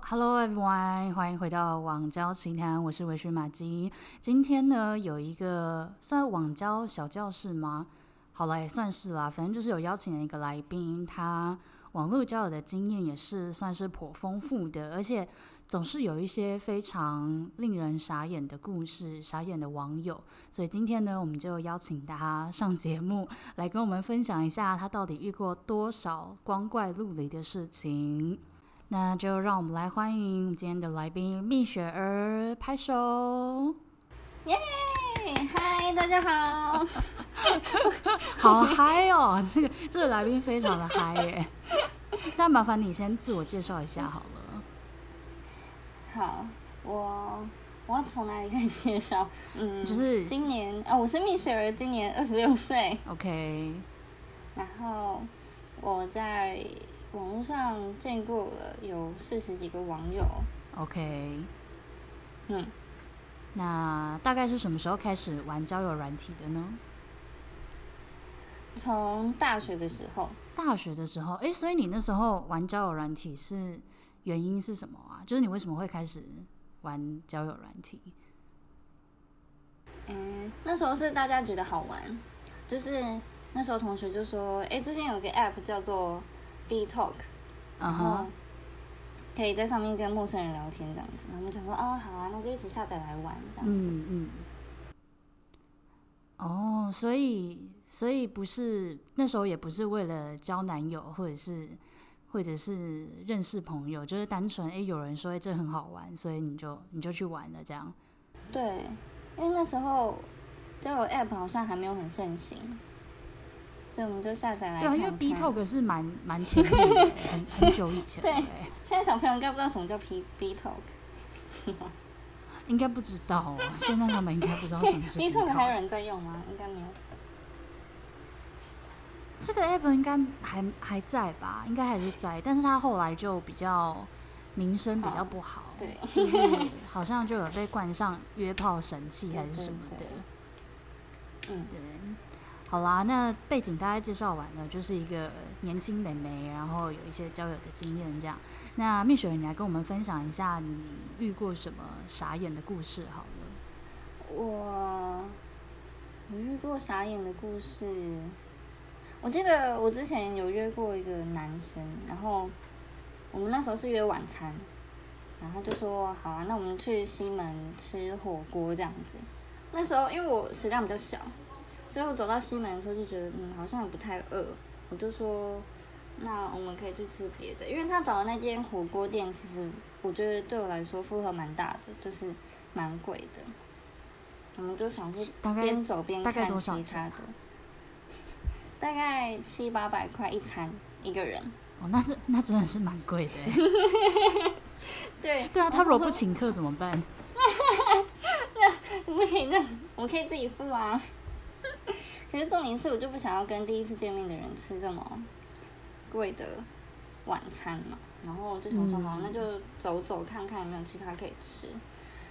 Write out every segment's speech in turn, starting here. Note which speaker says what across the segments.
Speaker 1: Hello everyone，欢迎回到网交奇谈，我是维讯马基。今天呢，有一个算网交小教室吗？好了，也算是啦，反正就是有邀请了一个来宾，他网络交友的经验也是算是颇丰富的，而且总是有一些非常令人傻眼的故事、傻眼的网友。所以今天呢，我们就邀请他上节目，来跟我们分享一下他到底遇过多少光怪陆离的事情。那就让我们来欢迎我们今天的来宾蜜雪儿，拍手。
Speaker 2: 嘿嗨，大家好，
Speaker 1: 好嗨哦，这个这个来宾非常的嗨耶。 那麻烦你先自我介绍一下好了。
Speaker 2: 好，我我要从哪里开始介绍？嗯，
Speaker 1: 就是
Speaker 2: 今年啊、我是蜜雪儿，今年二十六岁，
Speaker 1: OK，
Speaker 2: 然后我在网络上见过了有四十几个网友，
Speaker 1: OK，
Speaker 2: 嗯，
Speaker 1: 那大概是什么时候开始玩交友软体的呢？
Speaker 2: 从大学的时候，
Speaker 1: 大学的时候，诶，所以你那时候玩交友软体是原因是什么啊？就是你为什么会开始玩交友软体？
Speaker 2: 嗯，那时候是大家觉得好玩，就是那时候同学就说，哎、最近有个 app 叫做 B Talk，
Speaker 1: 嗯
Speaker 2: 然后
Speaker 1: 哼，
Speaker 2: 可以在上面跟陌生人聊天这样子。然后我们想说，哦，好啊，那就一起下载来玩这样子。
Speaker 1: 嗯嗯。哦，所以所以不是那时候也不是为了交男友，或者是或者是认识朋友，就是单纯诶，有人说、诶这很好玩，所以你就你就去玩了这样。
Speaker 2: 对，因为那时候交友 app 好像还没有很盛行，所以我们就下载来
Speaker 1: 对啊，
Speaker 2: 看看。
Speaker 1: 因为 B Talk 是蛮蛮前面的欸，很很久以前的
Speaker 2: 对
Speaker 1: 欸，
Speaker 2: 现在小朋友应该不知道什么叫 P B Talk，是吗
Speaker 1: 应该不知道啊。现在他们应该不知道什么是
Speaker 2: ？B
Speaker 1: B
Speaker 2: Talk 还有
Speaker 1: Talk。
Speaker 2: 人在用吗？应该没有。
Speaker 1: 这个 app 应该还还在吧？应该还是在，但是它后来就比较名声比较不好。
Speaker 2: 对，
Speaker 1: 就是好像就有被冠上约炮神器还是什么的
Speaker 2: 对。嗯，
Speaker 1: 对，好啦，那背景大概介绍完了，就是一个年轻美眉，然后有一些交友的经验这样。那蜜雪儿，你来跟我们分享一下你遇过什么傻眼的故事好了。
Speaker 2: 我我遇过傻眼的故事。我记得我之前有约过一个男生，然后我们那时候是约晚餐，然后他就说好啊，那我们去西门吃火锅这样子。那时候因为我食量比较小，所以我走到西门的时候就觉得嗯好像也不太饿，我就说那我们可以去吃别的，因为他找的那间火锅店其实我觉得对我来说负荷蛮大的，就是蛮贵的。我们就想说
Speaker 1: 大概
Speaker 2: 边走边
Speaker 1: 大概多
Speaker 2: 看
Speaker 1: 少
Speaker 2: 其
Speaker 1: 钱
Speaker 2: 他
Speaker 1: 啊
Speaker 2: 的，大概七八百块一餐一个人。
Speaker 1: 哦，那是那真的是蛮贵的 欸。
Speaker 2: 对
Speaker 1: 对啊，
Speaker 2: 我
Speaker 1: 他
Speaker 2: 想
Speaker 1: 如果不
Speaker 2: 说
Speaker 1: 请客怎么办？
Speaker 2: 我不可以这样，我可以自己付啊。可是重点是我就不想要跟第一次见面的人吃这么贵的晚餐嘛，然后我就想说，
Speaker 1: 嗯
Speaker 2: 好，那就走走看看有没有其他可以吃。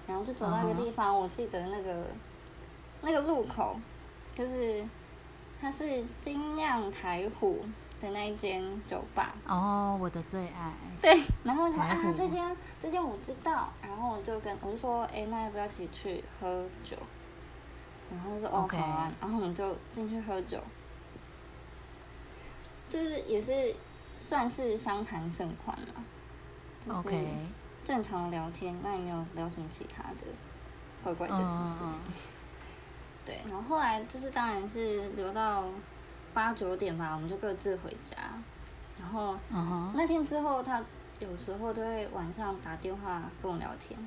Speaker 2: 然后就走到一个地方我记得那个那个路口，就是它是金亮台虎的那一间酒吧，
Speaker 1: 哦，我的最爱。
Speaker 2: 对，然后他
Speaker 1: 台
Speaker 2: 啊
Speaker 1: 虎，
Speaker 2: 这间这间我知道，然后我就跟我就说，哎，那要不要一起去喝酒？然后他说哦
Speaker 1: OK
Speaker 2: 好啊，然后我们就进去喝酒，就是也是算是相谈甚欢嘛，就是
Speaker 1: OK，
Speaker 2: 正常的聊天，那也没有聊什么其他的怪怪的什么事
Speaker 1: 嗯
Speaker 2: 情。对，然后后来就是当然是留到八九点吧，我们就各自回家，然后。
Speaker 1: 嗯哼，
Speaker 2: 那天之后，他有时候都会晚上打电话跟我聊天，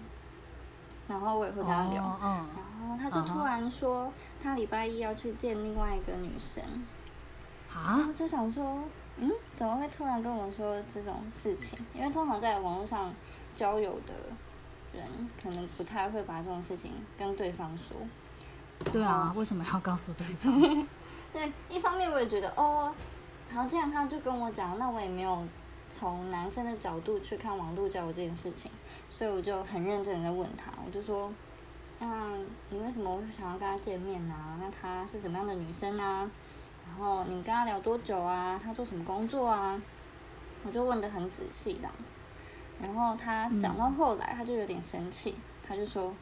Speaker 2: 然后我也会跟他聊。
Speaker 1: 哦嗯
Speaker 2: 然后他就
Speaker 1: 嗯哼
Speaker 2: 突然说，他礼拜一要去见另外一个女生。然
Speaker 1: 啊
Speaker 2: 后，就想说，嗯，怎么会突然跟我说这种事情？因为通常在网络上交友的人，可能不太会把这种事情跟对方说。
Speaker 1: 对啊
Speaker 2: 然，
Speaker 1: 为什么要告诉对方？
Speaker 2: 对，一方面我也觉得哦，好，既然他就跟我讲，那我也没有从男生的角度去看网络交友这件事情，所以我就很认真的问他，我就说，那你为什么会想要跟他见面啊？那他是怎么样的女生啊？然后你跟他聊多久啊？他做什么工作啊？我就问的很仔细这样子，然后他
Speaker 1: 嗯
Speaker 2: 讲到后来，他就有点生气，他就说：“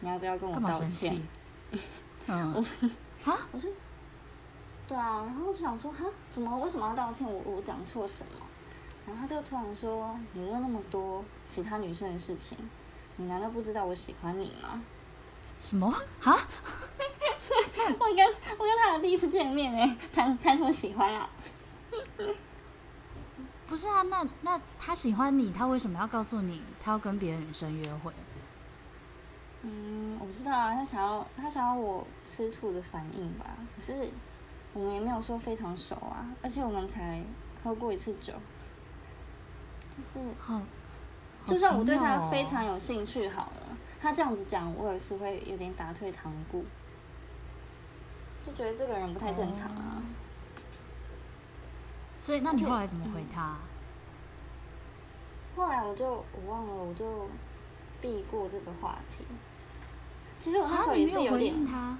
Speaker 2: 你要不要跟我
Speaker 1: 干嘛
Speaker 2: 哦道
Speaker 1: 生
Speaker 2: 歉
Speaker 1: 气？ 嗯，？”
Speaker 2: 我说：“对啊。”然后我就想说：“哈，怎么为什么要道歉？我我讲错什么？”然后他就突然说：“你问那么多其他女生的事情，你难道不知道我喜欢你吗
Speaker 1: 什么啊？？”
Speaker 2: 我跟我跟他俩第一次见面哎、 谈谈什么喜欢啊？
Speaker 1: 不是啊，那那他喜欢你，他为什么要告诉你他要跟别的女生约会？
Speaker 2: 嗯，我知道啊，他想要他想要我吃醋的反应吧。可是我们也没有说非常熟啊，而且我们才喝过一次酒，就是
Speaker 1: 好，好
Speaker 2: 就算我对
Speaker 1: 奇妙
Speaker 2: 他
Speaker 1: 哦
Speaker 2: 非常有兴趣好了，他这样子讲，我也是会有点打退堂鼓，就觉得这个人不太正常啊。
Speaker 1: 哦所以那
Speaker 2: 而
Speaker 1: 你
Speaker 2: 且
Speaker 1: 后来怎么回他？
Speaker 2: 后来我就我忘了，我就避过这个话题。其嗯实我那时
Speaker 1: 啊，
Speaker 2: 候
Speaker 1: 你
Speaker 2: 也
Speaker 1: 没
Speaker 2: 是
Speaker 1: 有回
Speaker 2: 点
Speaker 1: 应他，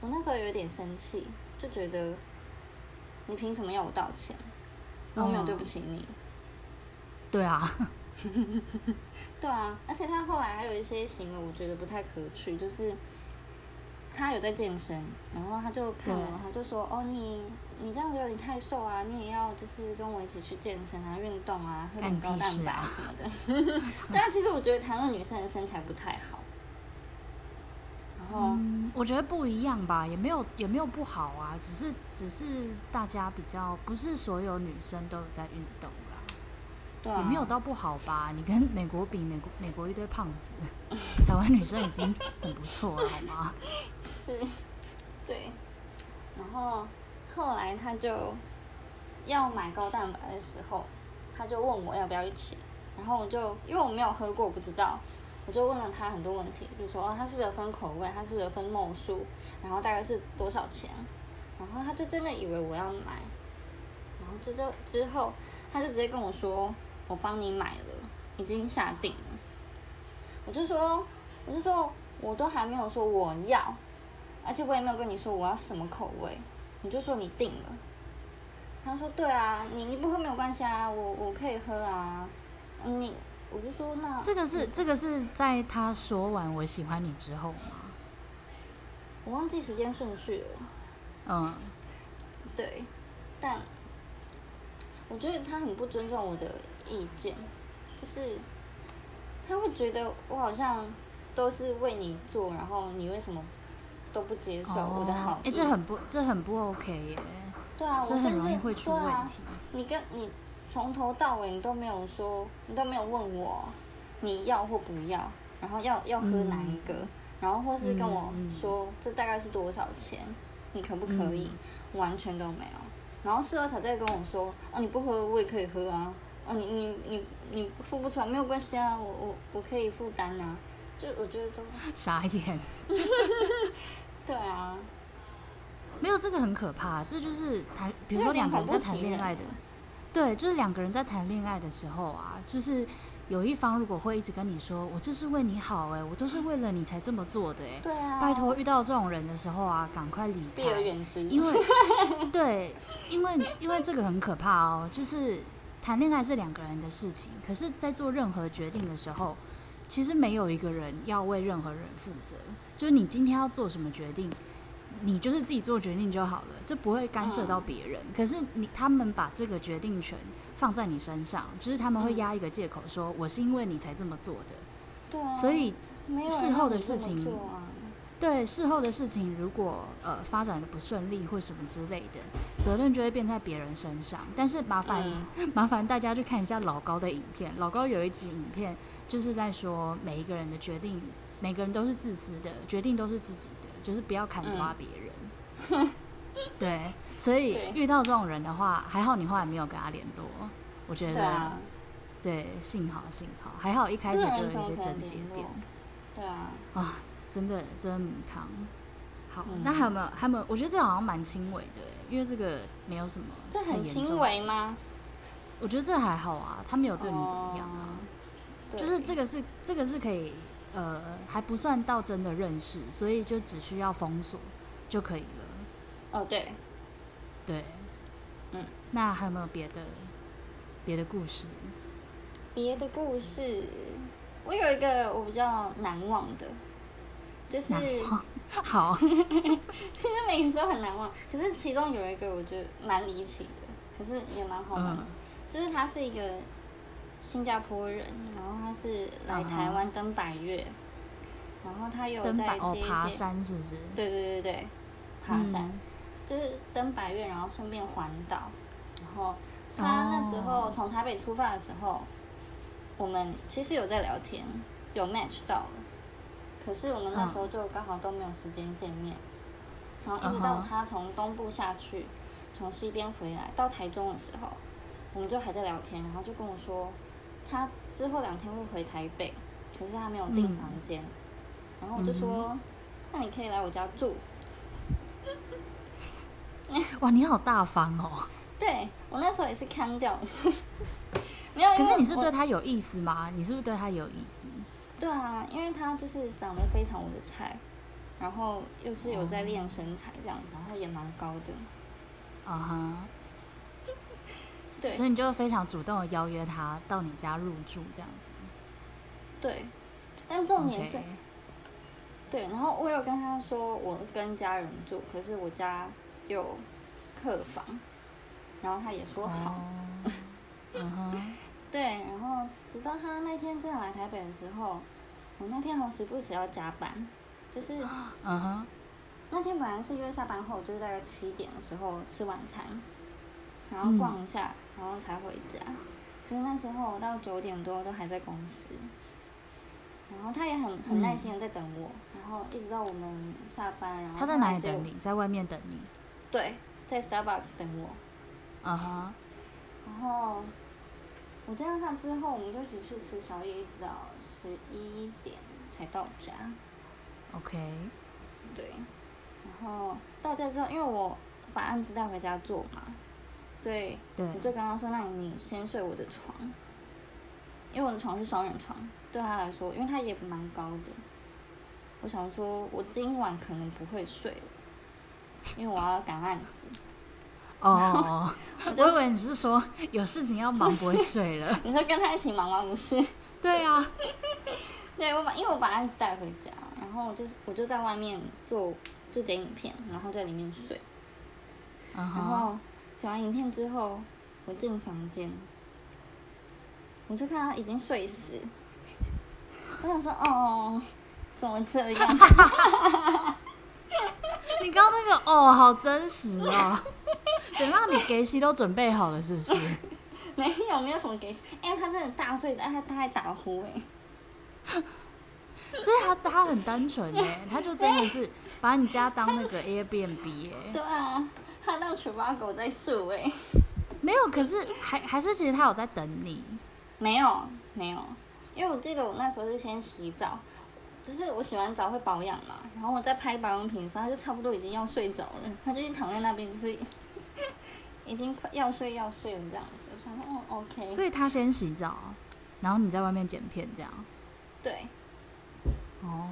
Speaker 2: 我那时候有点生气，就觉得你凭什么要我道歉？我没有
Speaker 1: 嗯
Speaker 2: 对不起你。
Speaker 1: 对啊，
Speaker 2: 对啊，而且他后来还有一些行为，我觉得不太可取，就是他有在健身，然后他就
Speaker 1: 对
Speaker 2: 看了，他就说：“哦，你你这样子有点太瘦啊，你也要就是跟我一起去健身啊，运动啊，喝点
Speaker 1: 干
Speaker 2: 高
Speaker 1: 你屁
Speaker 2: 蛋
Speaker 1: 事
Speaker 2: 白
Speaker 1: 啊
Speaker 2: 什么的。 对啊，其实我觉得谈论女生的身材不太好。然后，
Speaker 1: 嗯，我觉得不一样吧，也没有也没有不好啊，只是只是大家比较，不是所有女生都有在运动啦，
Speaker 2: 对啊，
Speaker 1: 也没有到不好吧。你跟美国比，美国美国一堆胖 子，台湾女生已经很不错了，好吗？
Speaker 2: 是，对。然后后来他就要买高蛋白的时候，他就问我要不要一起，然后我就因为我没有喝过，我不知道，我就问了他很多问题，比如说哦，他是不是有分口味，他是不是有分梦数，然后大概是多少钱，然后他就真的以为我要买，然后这就之后他就直接跟我说我帮你买了，已经下定了，我就说我就说我都还没有说我要，而且我也没有跟你说我要什么口味，你就说你定了。他说对啊，你你不喝没有关系啊，我我可以喝啊。嗯你我就说那
Speaker 1: 这个是这个是在他说完我喜欢你之后吗？
Speaker 2: 我忘记时间顺序了，
Speaker 1: 嗯，
Speaker 2: 对，但我觉得他很不尊重我的意见，就是他会觉得我好像都是为你做，然后你为什么都不接受我的好
Speaker 1: 哎、
Speaker 2: 意？
Speaker 1: 诶这很不这很不 OK 耶，
Speaker 2: 对啊，
Speaker 1: 这
Speaker 2: 我
Speaker 1: 很
Speaker 2: 甚
Speaker 1: 容易
Speaker 2: 至
Speaker 1: 会出
Speaker 2: 对
Speaker 1: 问
Speaker 2: 啊
Speaker 1: 题。
Speaker 2: 你跟你从头到尾你都没有说，你都没有问我你要或不要，然后要要喝哪一个，
Speaker 1: 嗯
Speaker 2: 然后或是跟我
Speaker 1: 嗯嗯
Speaker 2: 说、这大概是多少钱，你可不可以，
Speaker 1: 嗯
Speaker 2: 完全都没有。然后事后才在跟我说，哦你不喝我也可以喝啊，哦你你你你付不出来没有关系啊，我我我可以负担啊，就我觉得都
Speaker 1: 傻眼。
Speaker 2: 对啊，
Speaker 1: 没有这个很可怕，这就是谈，比如说
Speaker 2: 有点
Speaker 1: 两个人
Speaker 2: 恐
Speaker 1: 在
Speaker 2: 怖
Speaker 1: 谈
Speaker 2: 情
Speaker 1: 恋
Speaker 2: 人
Speaker 1: 爱的，对，就是两个人在谈恋爱的时候啊，就是有一方如果会一直跟你说，我这是为你好、哎，我都是为了你才这么做的、哎，
Speaker 2: 对啊，
Speaker 1: 拜托，遇到这种人的时候啊，赶快离
Speaker 2: 避而
Speaker 1: 开，
Speaker 2: 远之，
Speaker 1: 因为对，因为因为这个很可怕哦，就是谈恋爱是两个人的事情，可是，在做任何决定的时候，其实没有一个人要为任何人负责，就是你今天要做什么决定。你就是自己做决定就好了，这不会干涉到别人。可是你他们把这个决定权放在你身上，就是他们会
Speaker 2: 嗯
Speaker 1: 压一个借口说，我是因为你才这么做的。
Speaker 2: 对啊，
Speaker 1: 所以
Speaker 2: 没有人
Speaker 1: 事后
Speaker 2: 让
Speaker 1: 的
Speaker 2: 你这
Speaker 1: 事
Speaker 2: 么
Speaker 1: 情
Speaker 2: 做啊。
Speaker 1: 对事后的事情，如果呃发展的不顺利或什么之类的，责任就会变在别人身上。但是麻
Speaker 2: 嗯
Speaker 1: 烦、麻烦大家去看一下老高的影片，老高有一集影片就是在说每一个人的决定，每个人都是自私的，决定都是自己的，就是不要砍
Speaker 2: 嗯
Speaker 1: 瓜别人。对，所以
Speaker 2: 对
Speaker 1: 遇到这种人的话，还好你后来没有跟他联络，我觉
Speaker 2: 对
Speaker 1: 得
Speaker 2: 啊，
Speaker 1: 对幸好幸好，还好一开始
Speaker 2: 这
Speaker 1: 就有
Speaker 2: 种人
Speaker 1: 一些
Speaker 2: 怎么可
Speaker 1: 症
Speaker 2: 能
Speaker 1: 结
Speaker 2: 联络
Speaker 1: 点。
Speaker 2: 对啊，
Speaker 1: 啊，真的真的母汤。好，
Speaker 2: 嗯
Speaker 1: 那还有没有？还有没有？我觉得这好像蛮轻微的欸，因为这个没有什么
Speaker 2: 这
Speaker 1: 太严
Speaker 2: 很轻
Speaker 1: 重。
Speaker 2: 微吗？
Speaker 1: 我觉得这还好啊，他没有对你怎么样啊。
Speaker 2: 哦对
Speaker 1: 就是这个是这个是可以，呃，还不算到真的认识，所以就只需要封锁就可以了。
Speaker 2: 哦，对，
Speaker 1: 对，
Speaker 2: 嗯。
Speaker 1: 那还有没有别的别的故事？
Speaker 2: 别的故事，我有一个我比较难忘的，就是
Speaker 1: 难忘。好，
Speaker 2: 其实每次都很难忘，可是其中有一个我觉得蛮离奇的，可是也蛮好玩的，
Speaker 1: 嗯
Speaker 2: 就是他是一个新加坡人，然后他是来
Speaker 1: 嗯哼
Speaker 2: 台湾登百越，然后他有
Speaker 1: 登
Speaker 2: 在
Speaker 1: 板哦
Speaker 2: 接，一
Speaker 1: 爬
Speaker 2: 些，
Speaker 1: 山是不是？
Speaker 2: 对对对对，爬山。
Speaker 1: 嗯
Speaker 2: 就是登百越，然后顺便环岛。然后他那时候
Speaker 1: 哦
Speaker 2: 从台北出发的时候，我们其实有在聊天，有 match 到了，可是我们那时候就刚好都没有时间见面。然后一直
Speaker 1: 嗯
Speaker 2: 到
Speaker 1: 哼
Speaker 2: 他从东部下去，从西边回来到台中的时候，我们就还在聊天，然后就跟我说，他之后两天会回台北，可是他没有订
Speaker 1: 嗯
Speaker 2: 房间。然后我就说，那你可以来我家住。
Speaker 1: 哇，你好大方哦！
Speaker 2: 对我那时候也是看掉，就是 没有。因
Speaker 1: 可
Speaker 2: 为
Speaker 1: 是你是
Speaker 2: 哎我
Speaker 1: 对他有意思吗？你是不是对他有意思？
Speaker 2: 对啊，因为他就是长得非常我的菜，然后又是有在练身材这样，
Speaker 1: 嗯
Speaker 2: 然后也蛮高的。嗯
Speaker 1: 啊哈，所
Speaker 2: 对
Speaker 1: 以你就非常主动的邀约他到你家入住这样子。
Speaker 2: 对，但重点是
Speaker 1: OK
Speaker 2: 对，然后我有跟他说我跟家人住，可是我家有客房，然后他也说好。
Speaker 1: 哦，嗯 哼，
Speaker 2: 对，然后直到他那天真的来台北的时候，我那天好像时不时要加班，就是。
Speaker 1: 嗯哼，
Speaker 2: 那天本来是约下班后，就是大概七点的时候吃晚餐，然
Speaker 1: 嗯
Speaker 2: 后逛一下，然后才回家。可是那时候我到九点多都还在公司，然后他也很
Speaker 1: 嗯
Speaker 2: 很耐心的在等我，然后一直到我们下班，然后
Speaker 1: 他在哪里
Speaker 2: 接我
Speaker 1: 等？你？在外面等你。
Speaker 2: 对，在 Starbucks 等我。
Speaker 1: 啊哈，
Speaker 2: 然后我见到他之后，我们就一起去吃宵夜，一直到十一点才到家。
Speaker 1: OK，
Speaker 2: 对，然后到家之后，因为我把案子带回家做嘛，所以
Speaker 1: 对
Speaker 2: 我，就跟他说：“那你先睡我的床，因为我的床是双人床，对他来说，因为他也蛮高的。我想说，我今晚可能不会睡了，因为我要赶案子。
Speaker 1: 哦，
Speaker 2: 我
Speaker 1: 我以
Speaker 2: 就
Speaker 1: 为你是说有事情要忙不会睡了。
Speaker 2: 你说跟他一起忙吗？不是，
Speaker 1: 对 啊，
Speaker 2: 对我把因为我把案子带回家，然后我就我就在外面做就剪影片，然后在里面睡。
Speaker 1: 嗯
Speaker 2: 然
Speaker 1: 哼，
Speaker 2: 后剪完影片之后，我进房间，我就看他已经睡死。 我想说，哦，怎么这样？
Speaker 1: 你刚刚那个哦，好真实哦。等到你给息都准备好了，是不 是？
Speaker 2: 没有，没有什么给。哎、他真的大睡，哎，他他还打呼哎、
Speaker 1: 所以他他很单纯耶，他就真的是把你家当那个 Airbnb 欸耶。
Speaker 2: 对啊，他当酒吧狗在住哎、
Speaker 1: 没有，可是还还是其实他有在等你。
Speaker 2: 没有，没有，因为我记得我那时候是先洗澡，就是我洗完澡会保养嘛，然后我在拍保养品的时候，他就差不多已经要睡着了，他就一躺在那边，就是 已经快要睡要睡了这样子。我想说，嗯，OK，
Speaker 1: 所以他先洗澡，然后你在外面剪片这样。
Speaker 2: 对，
Speaker 1: 哦，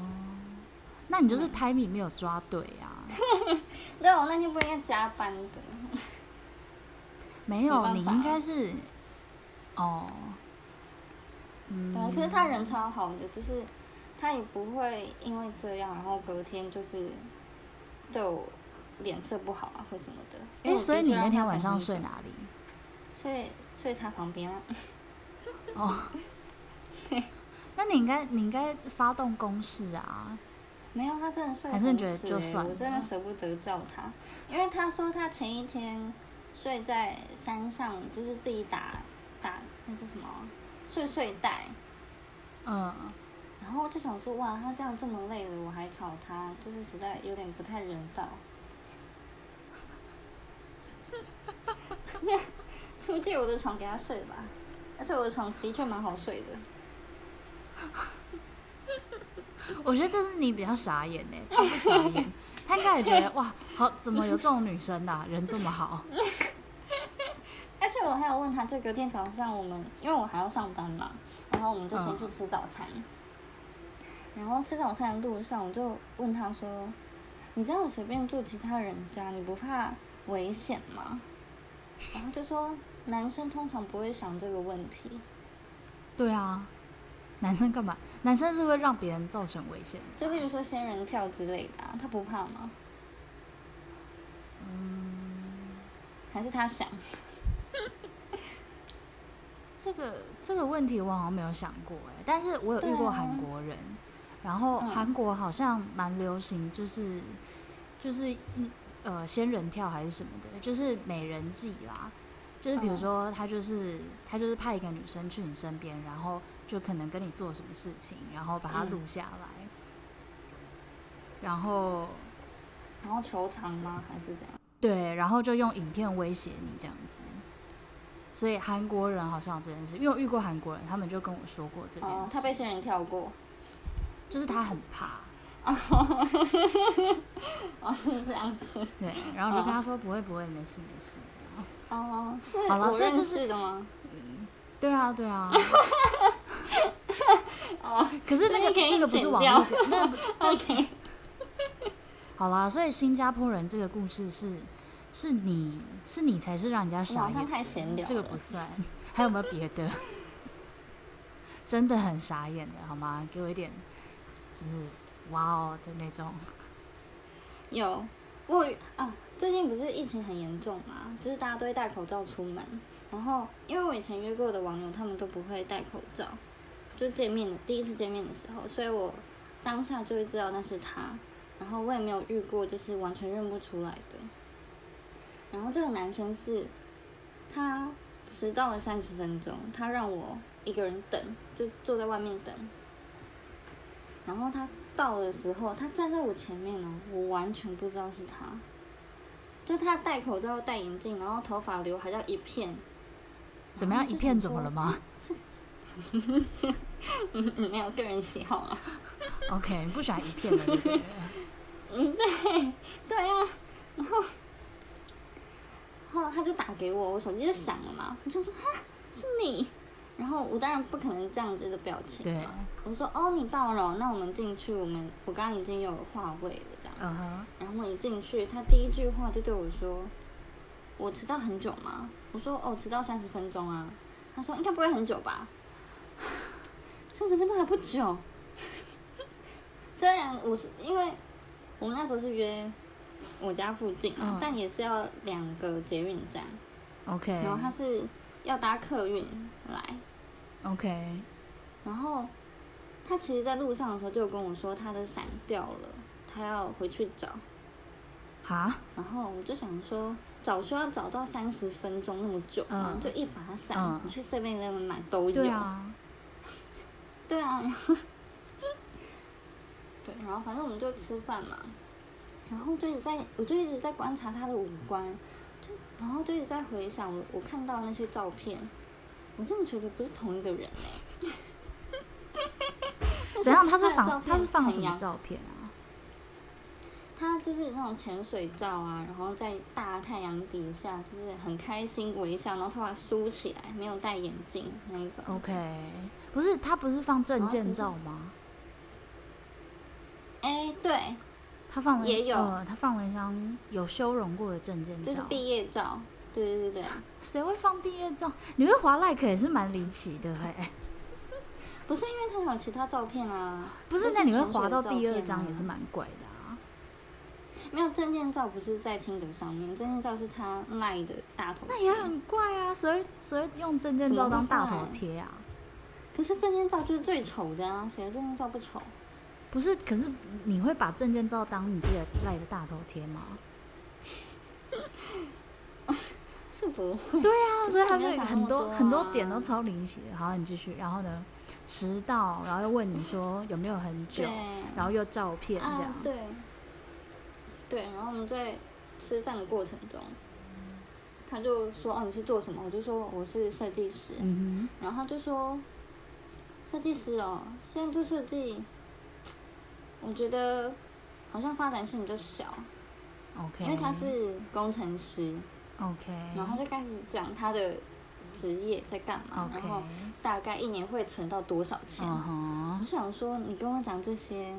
Speaker 1: 那你就是 timing 没有抓对 啊。
Speaker 2: 对我那天不应该加班的，
Speaker 1: 没有，
Speaker 2: 没办法
Speaker 1: 你应该是哦，嗯
Speaker 2: 对啊，，其实他人超好的，就是他也不会因为这样，然后隔天就是对我脸色不好啊或什么的。
Speaker 1: 哎，
Speaker 2: 因为我
Speaker 1: 所以
Speaker 2: 的确
Speaker 1: 你那
Speaker 2: 让
Speaker 1: 天
Speaker 2: 他
Speaker 1: 晚
Speaker 2: 等
Speaker 1: 上
Speaker 2: 很
Speaker 1: 睡
Speaker 2: 久？
Speaker 1: 哪里？
Speaker 2: 睡睡他旁边啊。
Speaker 1: 哦，那你应该你应该发动攻势啊！
Speaker 2: 没有，他真的睡
Speaker 1: 还
Speaker 2: 很
Speaker 1: 是
Speaker 2: 死、欸
Speaker 1: 你觉得就算了
Speaker 2: 我真的舍不得叫他，因为他说他前一天睡在山上，就是自己打打那个什么啊睡睡袋，
Speaker 1: 嗯，
Speaker 2: 然后我就想说哇，他这样这么累了，我还吵他，就是实在有点不太人道。 出借我的床给他睡吧，而且我的床的确蛮好睡的。
Speaker 1: 我觉得这是你比较傻眼呢、他不傻 眼，他应该也觉得哇，好，怎么有这种女生啊，人这么好，
Speaker 2: 而且我还有问他，就隔天早上我们，因为我还要上班嘛，然后我们就先去吃早餐。然后吃早餐的路上，我就问他说：“你这样随便住其他人家，你不怕危险吗？”然后就说：“男生通常不会想这个问题。”
Speaker 1: 对啊，男生干嘛？男生是会让别人造成危险的啊，
Speaker 2: 就例如说仙人跳之类的、啊，他不怕吗？还是他想？
Speaker 1: 这个这个问题我好像没有想过哎、但是我有遇
Speaker 2: 对
Speaker 1: 过
Speaker 2: 啊
Speaker 1: 韩国人，然后
Speaker 2: 嗯
Speaker 1: 韩国好像蛮流行，就是就是嗯呃仙人跳还是什么的，就是美人计啦，就是比如
Speaker 2: 嗯
Speaker 1: 说他就是、他就是派一个女生去你身边，然后就可能跟你做什么事情，然后把它
Speaker 2: 嗯
Speaker 1: 录下来，然后
Speaker 2: 然后求偿吗？还是怎样？
Speaker 1: 对，然后就用影片威胁你这样子。所以韩国人好像有这件事，因为我遇过韩国人，他们就跟我说过这件事。
Speaker 2: 哦，他被仙人跳过。
Speaker 1: 就是他很怕，
Speaker 2: 哦，是这样子。
Speaker 1: 对，然后我就跟他说不会不会，没事没事这样。
Speaker 2: 哦，是
Speaker 1: 好了
Speaker 2: 我
Speaker 1: 所以
Speaker 2: 认
Speaker 1: 就是
Speaker 2: 识的吗？
Speaker 1: 对啊对 啊，
Speaker 2: 哦
Speaker 1: 可是那个
Speaker 2: 这个可以
Speaker 1: 那个不是
Speaker 2: 剪
Speaker 1: 网
Speaker 2: 掉
Speaker 1: 络节，那个不
Speaker 2: ，OK。
Speaker 1: 好啦，所以新加坡人这个故事是是你是你才是让人家
Speaker 2: 我
Speaker 1: 傻
Speaker 2: 好像
Speaker 1: 眼，
Speaker 2: 太闲聊了。
Speaker 1: 这个不算。还有没有别的？ 真的很傻眼的好吗？给我一点就是哇哦的那种。
Speaker 2: 有，我有啊，最近不是疫情很严重嘛，就是大家都会戴口罩出门。然后，因为我以前约过的网友，他们都不会戴口罩，就见面的第一次见面的时候，所以我当下就会知道那是他。然后我也没有遇过，就是完全认不出来的。然后这个男生是，他迟到了三十分钟，他让我一个人等，就坐在外面等。然后他到的时候，他站在我前面哦，我完全不知道是他。就他戴口罩、戴眼镜，然后头发刘海要一片，
Speaker 1: 怎么样？一片怎么了 吗
Speaker 2: 嗯嗯，没有个人喜好了。
Speaker 1: ？OK，你不喜欢一片的对不对，
Speaker 2: 嗯，对，对啊。然后，然后他就打给我，我手机就响了嘛，我就说哈是你。然后我当然不可能这样子的表情
Speaker 1: 对
Speaker 2: 嘛，，我说哦你到了，那我们进去，我们我刚刚已经有话位了这样。
Speaker 1: 嗯哼，
Speaker 2: 然后我一进去，他第一句话就对我说：“我迟到很久吗？”我说：“哦，迟到三十分钟啊。”他说：“应该不会很久吧？ 三十分钟还不久。” 虽然我是因为我们那时候是约我家附近啊，
Speaker 1: 嗯
Speaker 2: 但也是要两个捷运站，
Speaker 1: ，OK，
Speaker 2: 然后他是要搭客运来，
Speaker 1: OK，
Speaker 2: 然后他其实在路上的时候就跟我说他的伞掉了，他要回去找。
Speaker 1: 哈，
Speaker 2: 然后我就想说，找需要找到三十分钟那么久吗？
Speaker 1: 嗯
Speaker 2: 就一把伞，
Speaker 1: 嗯
Speaker 2: 你去 Seven Eleven 买都有。
Speaker 1: 对啊，
Speaker 2: 对啊， 然后对，然后反正我们就吃饭嘛，然后就一直在，我就一直在观察他的五官，就然后就一直在回想我我看到那些照片，我真的觉得不是同一个人 欸、
Speaker 1: 怎样？他是
Speaker 2: 的照
Speaker 1: 放
Speaker 2: 片
Speaker 1: 他是放
Speaker 2: 很
Speaker 1: 什么
Speaker 2: 阳
Speaker 1: 照片啊？
Speaker 2: 他就是那种潜水照啊，然后在大太阳底下，就是很开心微笑，然后头发梳起来，没有戴眼镜那一种。
Speaker 1: OK，不是他不是放证
Speaker 2: 嗯然后只
Speaker 1: 件
Speaker 2: 是
Speaker 1: 照吗？
Speaker 2: 哎、对，
Speaker 1: 他放了
Speaker 2: 也有
Speaker 1: 呃，他放了一张有修容过的证件
Speaker 2: 就是
Speaker 1: 照。
Speaker 2: 毕业照，对对对对，
Speaker 1: 谁会放毕业照？你会滑 like 也是蛮离奇的哎、
Speaker 2: 不是因为他还有其他照片啊，
Speaker 1: 不，
Speaker 2: 就是是
Speaker 1: 那你会
Speaker 2: 潜水
Speaker 1: 滑到
Speaker 2: 照
Speaker 1: 第二
Speaker 2: 片
Speaker 1: 张
Speaker 2: 啊
Speaker 1: 也是蛮怪的啊。
Speaker 2: 没有证件照，不是在听的上面，证件照是他赖的大头贴。
Speaker 1: 那也很怪啊，谁会谁会用证件
Speaker 2: 怎么
Speaker 1: 照当
Speaker 2: 会
Speaker 1: 大头
Speaker 2: 怪
Speaker 1: 贴啊？
Speaker 2: 可是证件照就是最丑的啊，谁的证件照不丑？
Speaker 1: 不是，可是你会把证件照当你自己的赖的大头贴吗？
Speaker 2: 是不会
Speaker 1: 对啊，所以他
Speaker 2: 没有
Speaker 1: 们
Speaker 2: 想那
Speaker 1: 很
Speaker 2: 么
Speaker 1: 多
Speaker 2: 多
Speaker 1: 很多
Speaker 2: 啊
Speaker 1: 点都超离奇的。好，你继续。然后呢，迟到，然后又问你说有没有很久
Speaker 2: 对，，
Speaker 1: 然后又照片这样
Speaker 2: 啊。，对，对，然后我们在吃饭的过程中，他就说：“哦，你是做什么？”我就说：“我是设计师。
Speaker 1: 嗯
Speaker 2: 然后他就说：“设计师哦，现在做设计，我觉得好像发展性比较小，
Speaker 1: 哼，OK，
Speaker 2: 因为他是工程师。”
Speaker 1: OK，
Speaker 2: 然后他就开始讲他的职业在干嘛
Speaker 1: OK，
Speaker 2: 然后大概一年会存到多少钱。
Speaker 1: 嗯
Speaker 2: 我
Speaker 1: 哼，
Speaker 2: 想说，你跟我讲这些，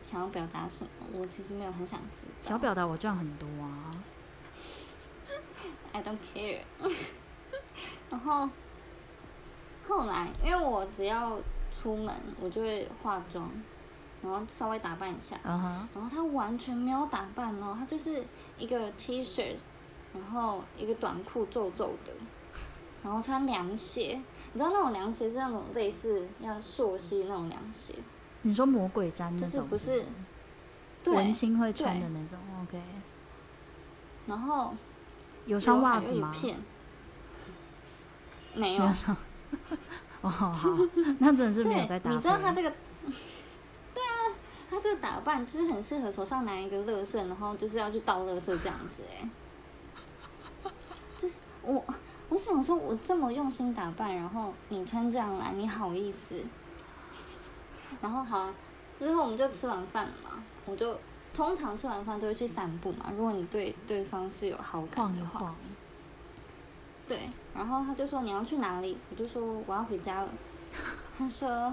Speaker 2: 想要表达什么？我其实没有很想知道。
Speaker 1: 想表达我赚很多啊，
Speaker 2: ，I don't care 。然后，后来因为我只要出门，我就会化妆，然后稍微打扮一下。
Speaker 1: 嗯哼，
Speaker 2: 然后他完全没有打扮哦，他就是一个 T 恤，然后一个短裤皱皱的，然后穿凉鞋。你知道那种凉鞋是那种类似要溯溪那种凉鞋，
Speaker 1: 你说魔鬼毡那
Speaker 2: 就是
Speaker 1: 种
Speaker 2: 不是
Speaker 1: 文
Speaker 2: 对。啊
Speaker 1: 青会穿的那种？OK，
Speaker 2: 然后
Speaker 1: 有穿
Speaker 2: 刘海
Speaker 1: 袜子
Speaker 2: 又一
Speaker 1: 吗？
Speaker 2: 片没有，
Speaker 1: 哦，好， 那真的是没有在打
Speaker 2: 对，
Speaker 1: 扮。
Speaker 2: 你知道他这个，对啊，啊他这个打扮就是很适合手上拿一个乐色，然后就是要去倒乐色这样子、欸，哎，就是我，我想说，我这么用心打扮，然后你穿这样来，你好意思？ 然后好啊，之后我们就吃完饭了嘛，我就通常吃完饭都会去散步嘛。如果你对对方是有好感
Speaker 1: 晃
Speaker 2: 的
Speaker 1: 一
Speaker 2: 话，
Speaker 1: 晃，
Speaker 2: 对，然后他就说你要去哪里，我就说我要回家了。 他说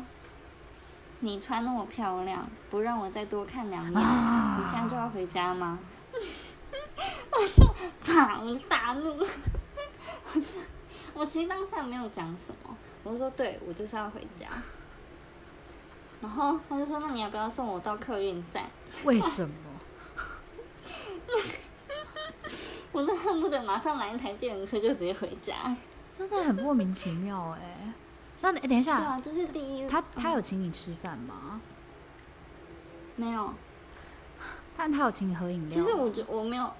Speaker 2: 你穿那么漂亮，不让我再多看两眼，
Speaker 1: 啊
Speaker 2: 你现在就要回家吗？ 我就啪，我就大怒， 我就我其实当下没有讲什么，我就说对我就是要回家。然后他就说：“那你要不要送我到客运站？”
Speaker 1: 为什么？
Speaker 2: 我都恨不得马上买一台电车就直接回家。
Speaker 1: 真的很莫名其妙哎、那你、欸等一
Speaker 2: 对
Speaker 1: 下，
Speaker 2: 啊，就是第一，
Speaker 1: 他
Speaker 2: 嗯
Speaker 1: 他有请你吃饭吗？
Speaker 2: 没有？
Speaker 1: 但他有请你喝饮料吗？
Speaker 2: 其实我觉我没有，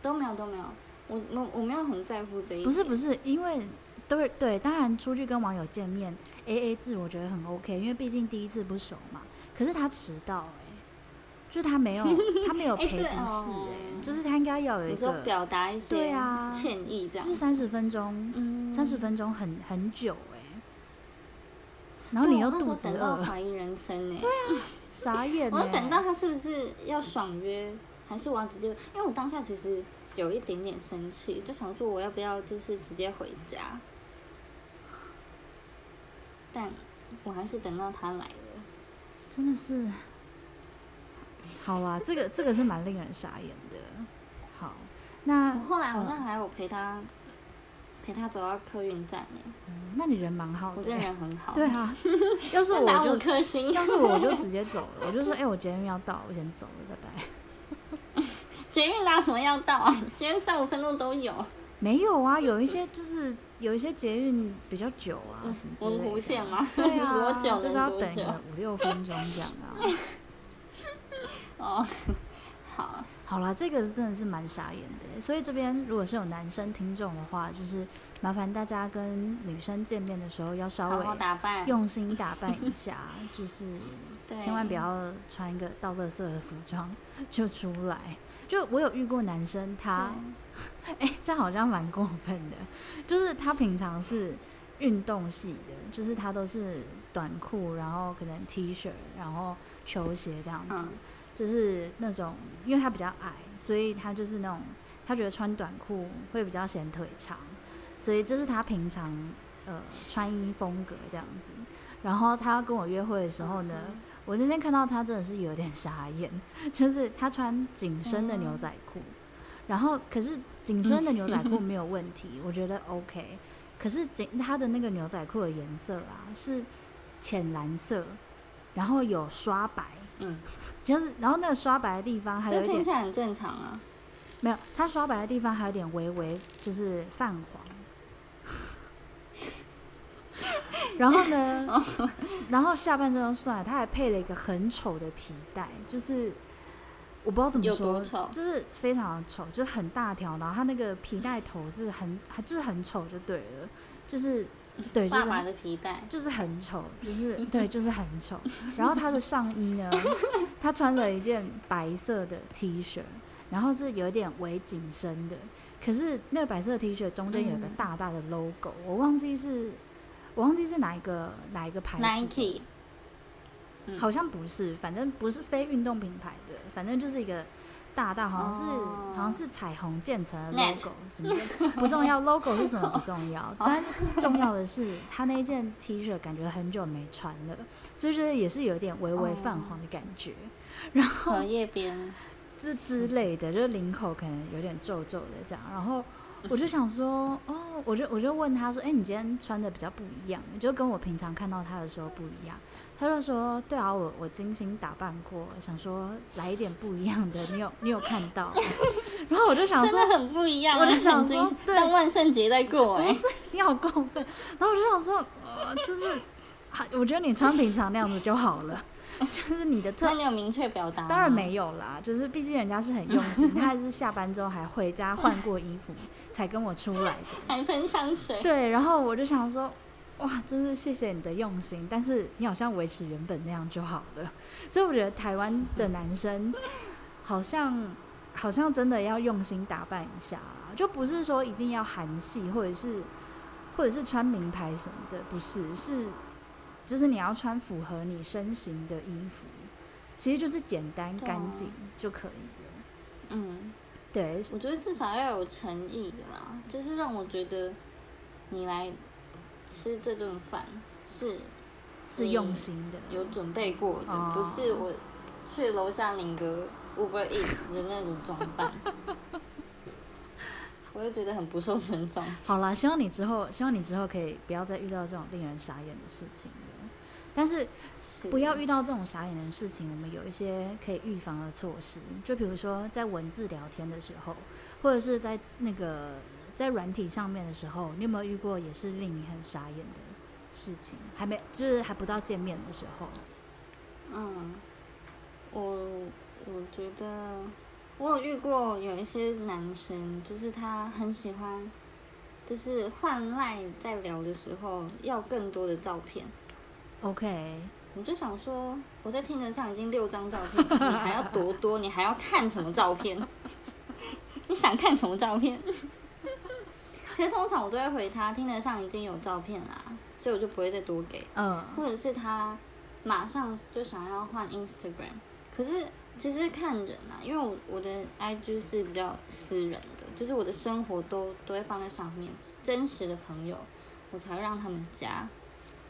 Speaker 2: 都没有都没有，我我我没有很在乎这一点。
Speaker 1: 不是不是，因为对对，当然出去跟网友见面，A A 制我觉得很 OK，因为毕竟第一次不熟嘛。可是他迟到哎、就是他 没有他没有
Speaker 2: 哎
Speaker 1: 赔不
Speaker 2: 对
Speaker 1: 是哎、
Speaker 2: 哦
Speaker 1: 就是他应该要有一
Speaker 2: 你说
Speaker 1: 个，
Speaker 2: 表达一些
Speaker 1: 对啊
Speaker 2: 歉意这样
Speaker 1: 就是，三十分钟，
Speaker 2: 嗯
Speaker 1: 三十、分钟很很久哎、然后你
Speaker 2: 对
Speaker 1: 又
Speaker 2: 我那时
Speaker 1: 肚
Speaker 2: 候
Speaker 1: 子
Speaker 2: 等到
Speaker 1: 饿，啊
Speaker 2: 怀疑人生呢、欸
Speaker 1: 傻眼、欸。
Speaker 2: 我就等到他是不是要爽约，还是我要直接？因为我当下其实有一点点生气，就想说我要不要就是直接回家，但我还是等到他来了。
Speaker 1: 真的是，好啦，这个这个是蛮令人傻眼的。好，那
Speaker 2: 我后来好像
Speaker 1: 嗯
Speaker 2: 还有陪他、陪他走到客运站呢、
Speaker 1: 嗯那你人蛮好
Speaker 2: 我
Speaker 1: 的
Speaker 2: 这
Speaker 1: 欸、
Speaker 2: 人很好。
Speaker 1: 对 啊，要是
Speaker 2: 那
Speaker 1: 我
Speaker 2: 打五
Speaker 1: 就
Speaker 2: 颗星，
Speaker 1: 要是我就直接走了，我就说，哎、我今天要到，我先走了，拜 拜。
Speaker 2: 捷运哪有什么要到啊？ 捷运三五分钟都有，
Speaker 1: 没有啊，有一些就是有一些捷运比较久啊，什么之类
Speaker 2: 文
Speaker 1: 的。
Speaker 2: 湖线吗？
Speaker 1: 对啊，
Speaker 2: 多久
Speaker 1: 就是要
Speaker 2: 能多
Speaker 1: 等
Speaker 2: 久？
Speaker 1: 个五六分钟这样啊。
Speaker 2: 哦， 好，
Speaker 1: 好啦，这个真的是蛮傻眼的耶。所以这边如果是有男生听众的话，就是麻烦大家跟女生见面的时候要稍
Speaker 2: 好
Speaker 1: 微
Speaker 2: 好打扮，
Speaker 1: 用心打扮一下， 就是
Speaker 2: 对
Speaker 1: 千万不。要穿一个到垃圾的服装就出来。就我有遇过男生他，哎、这好像蛮过分的，就是他平常是运动系的，就是他都是短裤，然后可能 T 恤，然后球鞋这样子，
Speaker 2: 嗯
Speaker 1: 就是那种，因为他比较矮，所以他就是那种，他觉得穿短裤会比较显腿长，所以这是他平常呃穿衣风格这样子。然后他跟我约会的时候呢，
Speaker 2: 嗯
Speaker 1: 我那天看到他真的是有点傻眼，就是他穿紧身的牛仔裤，然后可是紧身的牛仔裤没有问题，我觉得 OK，可是紧他的那个牛仔裤的颜色啊是浅蓝色，然后有刷白，
Speaker 2: 嗯，
Speaker 1: 就是然后那个刷白的地方还有
Speaker 2: 这
Speaker 1: 一
Speaker 2: 听
Speaker 1: 点
Speaker 2: 起来很正常啊。
Speaker 1: 没有，它刷白的地方还有点微微就是泛黄。然后 呢，然后下半身都算了，他还配了一个很丑的皮带，就是我不知道怎么
Speaker 2: 有
Speaker 1: 说
Speaker 2: 多丑，
Speaker 1: 就是非常丑，就是很大条，然后他那个皮带头是很，还就是很丑就对了，就是对，就是
Speaker 2: 爸
Speaker 1: 很
Speaker 2: 爸的皮带，
Speaker 1: 就是很 丑，就是对，就是很丑。然后他的上衣呢， 他穿了一件白色的 T 恤，然后是有一点微紧身的，可是那个白色的 T 恤中间有一个
Speaker 2: 嗯
Speaker 1: 大大的 logo，、我忘记是，我忘记是哪一个哪一个牌子的
Speaker 2: Nike，嗯
Speaker 1: 好像不是，反正不是非运动品牌的，反正就是一个大大，好像是、
Speaker 2: 哦
Speaker 1: 好像是彩虹建成的
Speaker 2: Net
Speaker 1: logo 什么的，不重 要，logo 是什么不重要，但重要的是他那件 T 恤感觉很久没穿了，所以就是也是有点微
Speaker 2: 哦
Speaker 1: 微泛黄的感觉，然后
Speaker 2: 荷叶边，嗯
Speaker 1: 这之类的，就是领口可能有点皱皱的这样，然后
Speaker 2: 嗯
Speaker 1: 我就想说，哦，我就我就问他说，哎、你今天穿的比较不一样，就跟我平常看到他的时候不一样。他就说，对啊，我我精心打扮过，想说来一点不一样的，你有你有看到吗？ 然后我就想
Speaker 2: 真
Speaker 1: 说，
Speaker 2: 的很不一样啊。
Speaker 1: 我就想
Speaker 2: 很惊
Speaker 1: 说对
Speaker 2: 当万圣节在过哎、
Speaker 1: 不哦是你好过分。然后我就想说，呃，就是，还我觉得你穿平常那样子就好了， 就是你的特
Speaker 2: 那你有明确表达？
Speaker 1: 当然。没有啦，就是毕竟人家是很用心，他还是下班之后还回家换过衣服才跟我出来的。
Speaker 2: 还喷香水，
Speaker 1: 对，然后我就想说，哇，就是谢谢你的用心，但是你好像维持原本那样就好了。所以我觉得台湾的男生好像好像真的要用心打扮一下啦，就不是说一定要韩系或者是或者是穿名牌什么的，不是是就是你要穿符合你身形的衣服，其实就是简单
Speaker 2: 对啊
Speaker 1: 干净就可以了。
Speaker 2: 嗯，
Speaker 1: 对，
Speaker 2: 我觉得至少要有诚意啦，就是让我觉得你来吃这顿饭是
Speaker 1: 是用心的，
Speaker 2: 有准备过的，
Speaker 1: 哦
Speaker 2: 不是我去楼下领个 Uber Eats 的那种装扮， 我就觉得很不受尊重。
Speaker 1: 好啦，希望你之后，希望你之后可以不要再遇到这种令人傻眼的事情了。但是
Speaker 2: 是
Speaker 1: 不要遇到这种傻眼的事情，我们有一些可以预防的措施，就比如说在文字聊天的时候，或者是在那个在软体上面的时候，你有没有遇过也是令你很傻眼的事情？还没，就是还不到见面的时候，
Speaker 2: 嗯，我我觉得我有遇过有一些男生，就是他很喜欢，就是换赖在聊的时候要更多的照片。
Speaker 1: OK，
Speaker 2: 我就想说，我在听着上已经六张照片，你还要多多，你还要看什么照片？ 你想看什么照片？ 其实通常我都会回他，听得上已经有照片啦，所以我就不会再多给。
Speaker 1: 嗯，
Speaker 2: 或者是他马上就想要换 Instagram，可是其实看人啊，因为我我的 IG 是比较私人的，就是我的生活都都会放在上面，真实的朋友我才会让他们加。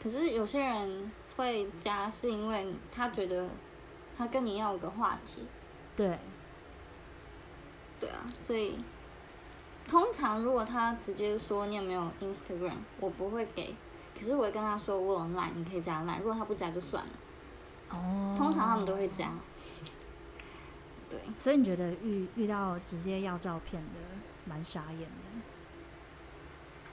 Speaker 2: 可是有些人会加，是因为他觉得他跟你要有个话题，
Speaker 1: 对，
Speaker 2: 对啊，所以通常如果他直接说你有没有 Instagram，我不会给，可是我会跟他说我有 Line，你可以加 Line。如果他不加就算了，
Speaker 1: 哦，
Speaker 2: 通常他们都会加。对，
Speaker 1: 所以你觉得遇遇到直接要照片的，蛮傻眼的，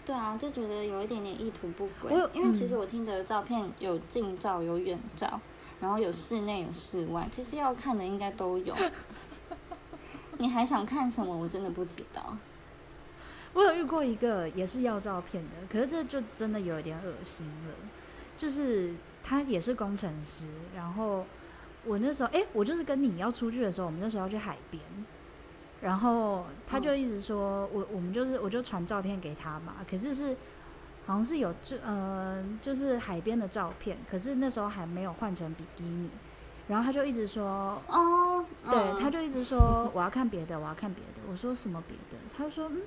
Speaker 2: 对啊，就觉得有一点点意图不轨
Speaker 1: 我有。
Speaker 2: 因为其
Speaker 1: 嗯
Speaker 2: 实我听着的照片有近照有远照，然后有室内有室外，其实要看的应该 都有。你还想看什么？我真的不知道。
Speaker 1: 我有遇过一个也是要照片的，可是这就真的有一点恶心了。就是他也是工程师，然后我那时候，哎、我就是跟你要出去的时候，我们那时候要去海边，然后他就一直说，我我们就是我就传照片给他嘛，可是是好像是有就呃就是海边的照片，可是那时候还没有换成比基尼，然后他就一直说
Speaker 2: 哦，
Speaker 1: 对，他就一直说我要看别的，我要看别的。我说什么别的？他就说嗯，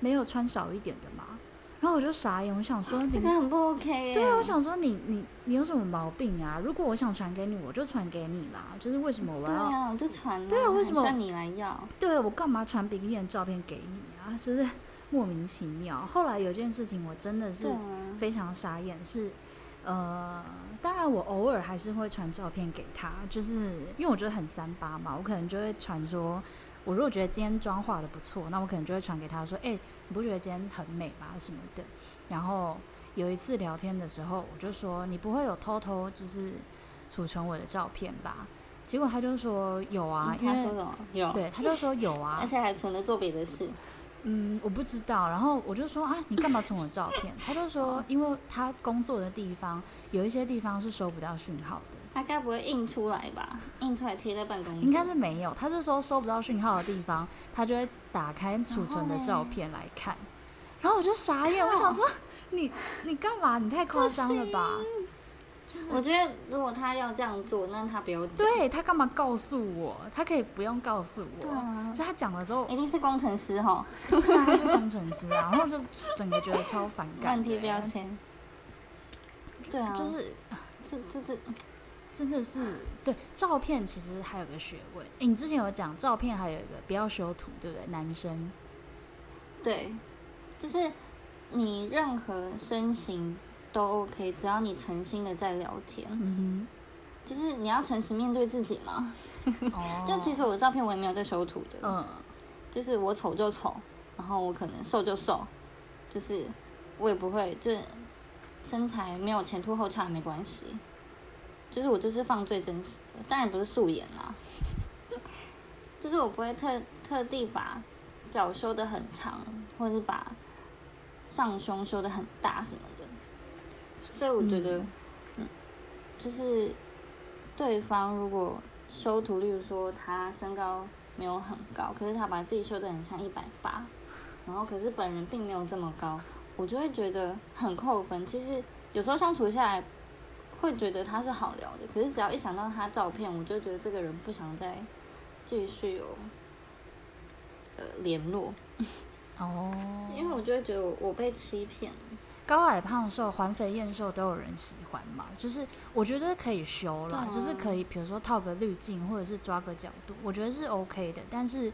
Speaker 1: 没有穿少一点的嘛。然后我就傻眼，我想说你
Speaker 2: 啊这个很不 OK 耶。
Speaker 1: 对啊，我想说你你你有什么毛病啊？如果我想传给你，我就传给你啦。就是为什么我
Speaker 2: 对
Speaker 1: 要
Speaker 2: 啊，我就传了。
Speaker 1: 对啊为
Speaker 2: 还
Speaker 1: 什么
Speaker 2: 算你来要？
Speaker 1: 对啊我干嘛传比基尼的照片给你啊？就是 莫名其妙。后来有件事情我真的是
Speaker 2: 对啊，
Speaker 1: 非常傻眼，是呃，当然我偶尔还是会传照片给他，就是因为我觉得很三八嘛，我可能就会传说，我如果觉得今天妆化的不错，那我可能就会传给他说，哎、你不觉得今天很美吗？什么的。然后有一次聊天的时候，我就说你不会有偷偷就是储存我的照片吧？结果他就说有啊，因
Speaker 2: 嗯他说什
Speaker 1: 为
Speaker 2: 么？有，
Speaker 1: 对，他就说有啊
Speaker 2: 而，且还存着做别的事。
Speaker 1: 嗯，我不知道。然后我就说啊，你干嘛存我照片？他就说，因为他工作的地方有一些地方是收不到讯号的，
Speaker 2: 他该不会印出来吧？印出来贴在办公桌？
Speaker 1: 应该是没有。他是说收不到讯号的地方，他就会打开储存的
Speaker 2: 然后嘞
Speaker 1: 照片来看。然后我就傻眼，
Speaker 2: 哦靠
Speaker 1: 我想说你你干嘛？你太夸张了吧？就是
Speaker 2: 我觉得如果他要这样做，那他不要讲。
Speaker 1: 对他干嘛告诉我？他可以不用告诉
Speaker 2: 对
Speaker 1: 我。
Speaker 2: 啊，
Speaker 1: 就他讲了之后
Speaker 2: 一，定是工程师哈，
Speaker 1: 是啊，他是工程师啊，然后就整个觉得超反感
Speaker 2: 乱
Speaker 1: 的欸、
Speaker 2: 贴标签。对啊，
Speaker 1: 就是
Speaker 2: 这这这，
Speaker 1: 真的是对照片，其实还有个学问。诶你之前有讲照片，还有一个不要修图，对不对？男生
Speaker 2: 对，就是你任何身形都 OK，只要你诚心的在聊天，
Speaker 1: 嗯
Speaker 2: 就是你要诚实面对自己嘛。
Speaker 1: 哼，哦，
Speaker 2: 就其实我的照片我也没有在修图的，
Speaker 1: 嗯
Speaker 2: 就是我丑就丑，然后我可能瘦就瘦，就是我也不会，就是身材没有前凸后翘也没关系，就是我就是放最真实的，当然不是素颜啦， 就是我不会特特地把脚修的很长，或是把上胸修的很大什么的，所以我觉得，嗯，就是对方如果修图，例如说他身高没有很高，可是他把自己修的很像一百八，然后可是本人并没有这么高，我就会觉得很扣分。其实有时候相处下来，会觉得他是好聊的，可是只要一想到他照片，我就觉得这个人不想再继续有呃联络，
Speaker 1: 哦，
Speaker 2: 因为我就会觉得我我被欺骗了。
Speaker 1: 高矮胖瘦、环肥燕瘦都有人喜欢嘛，就是我觉得可以修啦，
Speaker 2: 对啊
Speaker 1: 就是可以，比如说套个滤镜或者是抓个角度，我觉得是 OK 的。但是，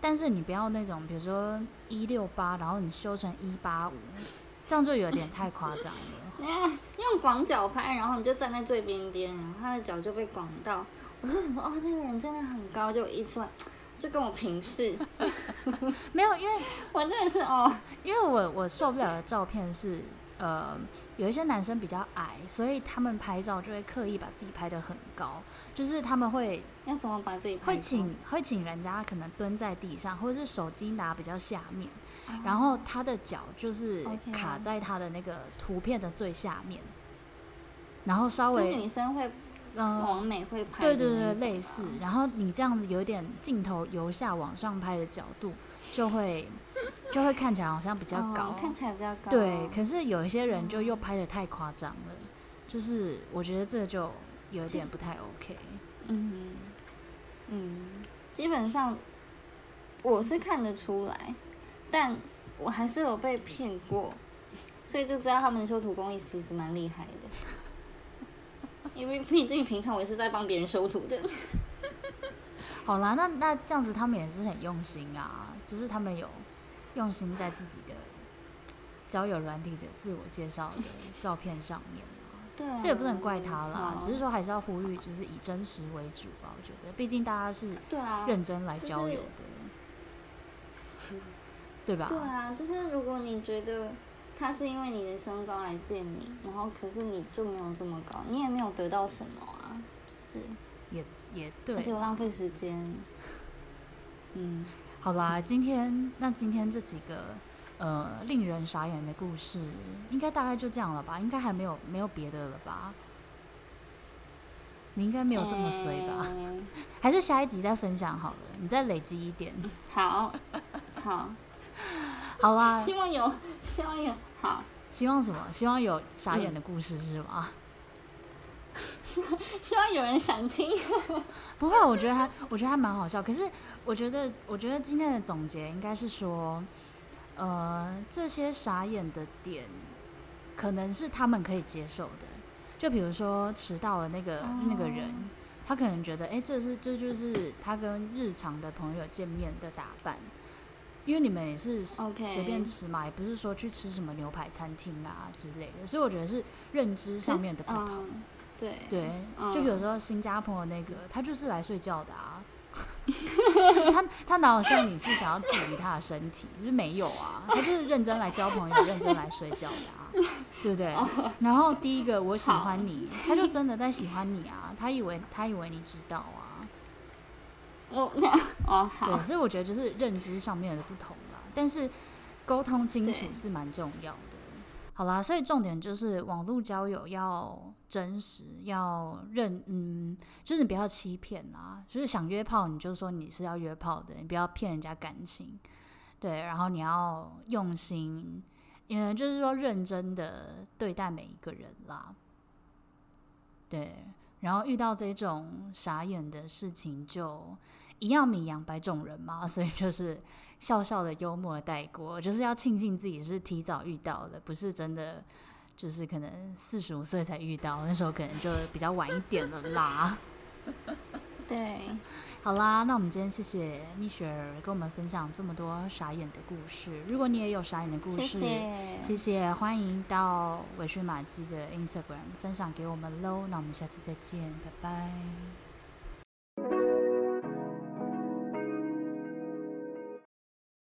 Speaker 1: 但是你不要那种，比如说一六八，然后你修成一八五，这样就有点太夸张了。
Speaker 2: 用广角拍，然后你就站在最边边，然后他的脚就被广到，我就想说，哦，这个人真的很高，就一出来就跟我平视，
Speaker 1: 没有，因为
Speaker 2: 我真的是哦，
Speaker 1: 因为我我受不了的照片是，呃，有一些男生比较矮，所以他们拍照就会刻意把自己拍得很高，就是他们会
Speaker 2: 要怎么把自己拍
Speaker 1: 会
Speaker 2: 高
Speaker 1: 请会请人家可能蹲在地上，或者是手机拿比较下面，
Speaker 2: 哦
Speaker 1: 然后他的脚就是卡
Speaker 2: OK
Speaker 1: 在他的那个图片的最下面，然后稍
Speaker 2: 就
Speaker 1: 微
Speaker 2: 女生会
Speaker 1: 嗯、
Speaker 2: 往美会拍
Speaker 1: 对
Speaker 2: 的那种啊，
Speaker 1: 对对，类似。然后你这样子有点镜头由下往上拍的角度，就会就会看起来好像比较
Speaker 2: 哦
Speaker 1: 高，
Speaker 2: 看起来比较高，
Speaker 1: 对。可是有一些人就又拍的太夸张了，就是我觉得这就有
Speaker 2: 其
Speaker 1: 点
Speaker 2: 实
Speaker 1: 不太 OK。
Speaker 2: 嗯嗯，基本上我是看得出来，但我还是有被骗过，所以就知道他们修图工艺其实蛮厉害的。 因为毕竟平常我也是在帮别人修图的，
Speaker 1: 好啦，那那这样子他们也是很用心啊，就是他们有用心在自己的交友软体的自我介绍 的照片上面啊、
Speaker 2: 对、啊，
Speaker 1: 这也不能怪他啦
Speaker 2: 好，
Speaker 1: 只是说还是要呼吁，就是以真实为主吧。我觉得，毕竟大家是
Speaker 2: 对啊，
Speaker 1: 认真来
Speaker 2: 就是
Speaker 1: 交友的，对吧？
Speaker 2: 对啊，就是如果你觉得他是因为你的身高来见你，然后可是你就没有这么高，你也没有得到什么啊，就是
Speaker 1: 也也
Speaker 2: 而
Speaker 1: 对
Speaker 2: 且。我浪费时间。嗯，
Speaker 1: 好吧，今天那今天这几个呃令人傻眼的故事，应该大概就这样了吧？应该还没有没有别的了吧？你应该没有这么衰吧？
Speaker 2: 嗯
Speaker 1: 还是下一集再分享好了，你再累积一点。
Speaker 2: 好， 好，
Speaker 1: 好啦，
Speaker 2: 希望有，希望有，好，
Speaker 1: 希望什么？希望有傻眼的故事是吗？
Speaker 2: 希望有人想听。
Speaker 1: 不会，我觉得还我觉得还蛮好笑。可是我觉得，我觉得今天的总结应该是说，呃，这些傻眼的点，可能是他们可以接受的。就比如说迟到的那个、那个人，他可能觉得，哎、这是这就是他跟日常的朋友见面的打扮，因为你们也是
Speaker 2: OK
Speaker 1: 随便吃嘛，也不是说去吃什么牛排餐厅啊之类的，所以我觉得是认知上面的不同。
Speaker 2: 嗯，对，
Speaker 1: 对，
Speaker 2: 嗯
Speaker 1: 就比如说新加坡那个，他就是来睡觉的啊。 他他哪有像你是想要觊觎他的身体，就是没有啊，他就是认真来交朋友，认真来睡觉的啊，对不对？
Speaker 2: 哦
Speaker 1: 然后第一个我喜欢你，他就真的在喜欢你啊，他以为他以为你知道啊，
Speaker 2: 我哦 好，
Speaker 1: 对，所以我觉得就是认知上面的不同啦，但是沟通清楚
Speaker 2: 对
Speaker 1: 是蛮重要的。好啦，所以重点就是网络交友要真实，要认，嗯，就是你不要欺骗啦，就是想约炮你就说你是要约炮的，你不要骗人家感情，对，然后你要用心，嗯，就是说认真的对待每一个人啦，对，然后遇到这种傻眼的事情就一样米养百种人嘛，所以就是笑笑的幽默地带过，就是要庆幸自己是提早遇到的，不是真的就是可能四十五岁才遇到，那时候可能就比较晚一点了啦。
Speaker 2: 对，
Speaker 1: 好啦，那我们今天谢谢蜜雪儿跟我们分享这么多傻眼的故事。如果你也有傻眼的故
Speaker 2: 谢
Speaker 1: 事，
Speaker 2: 谢，
Speaker 1: 谢谢欢迎到尾讯马姬的 Instagram 分享给我们喽。那我们下次再见，拜拜。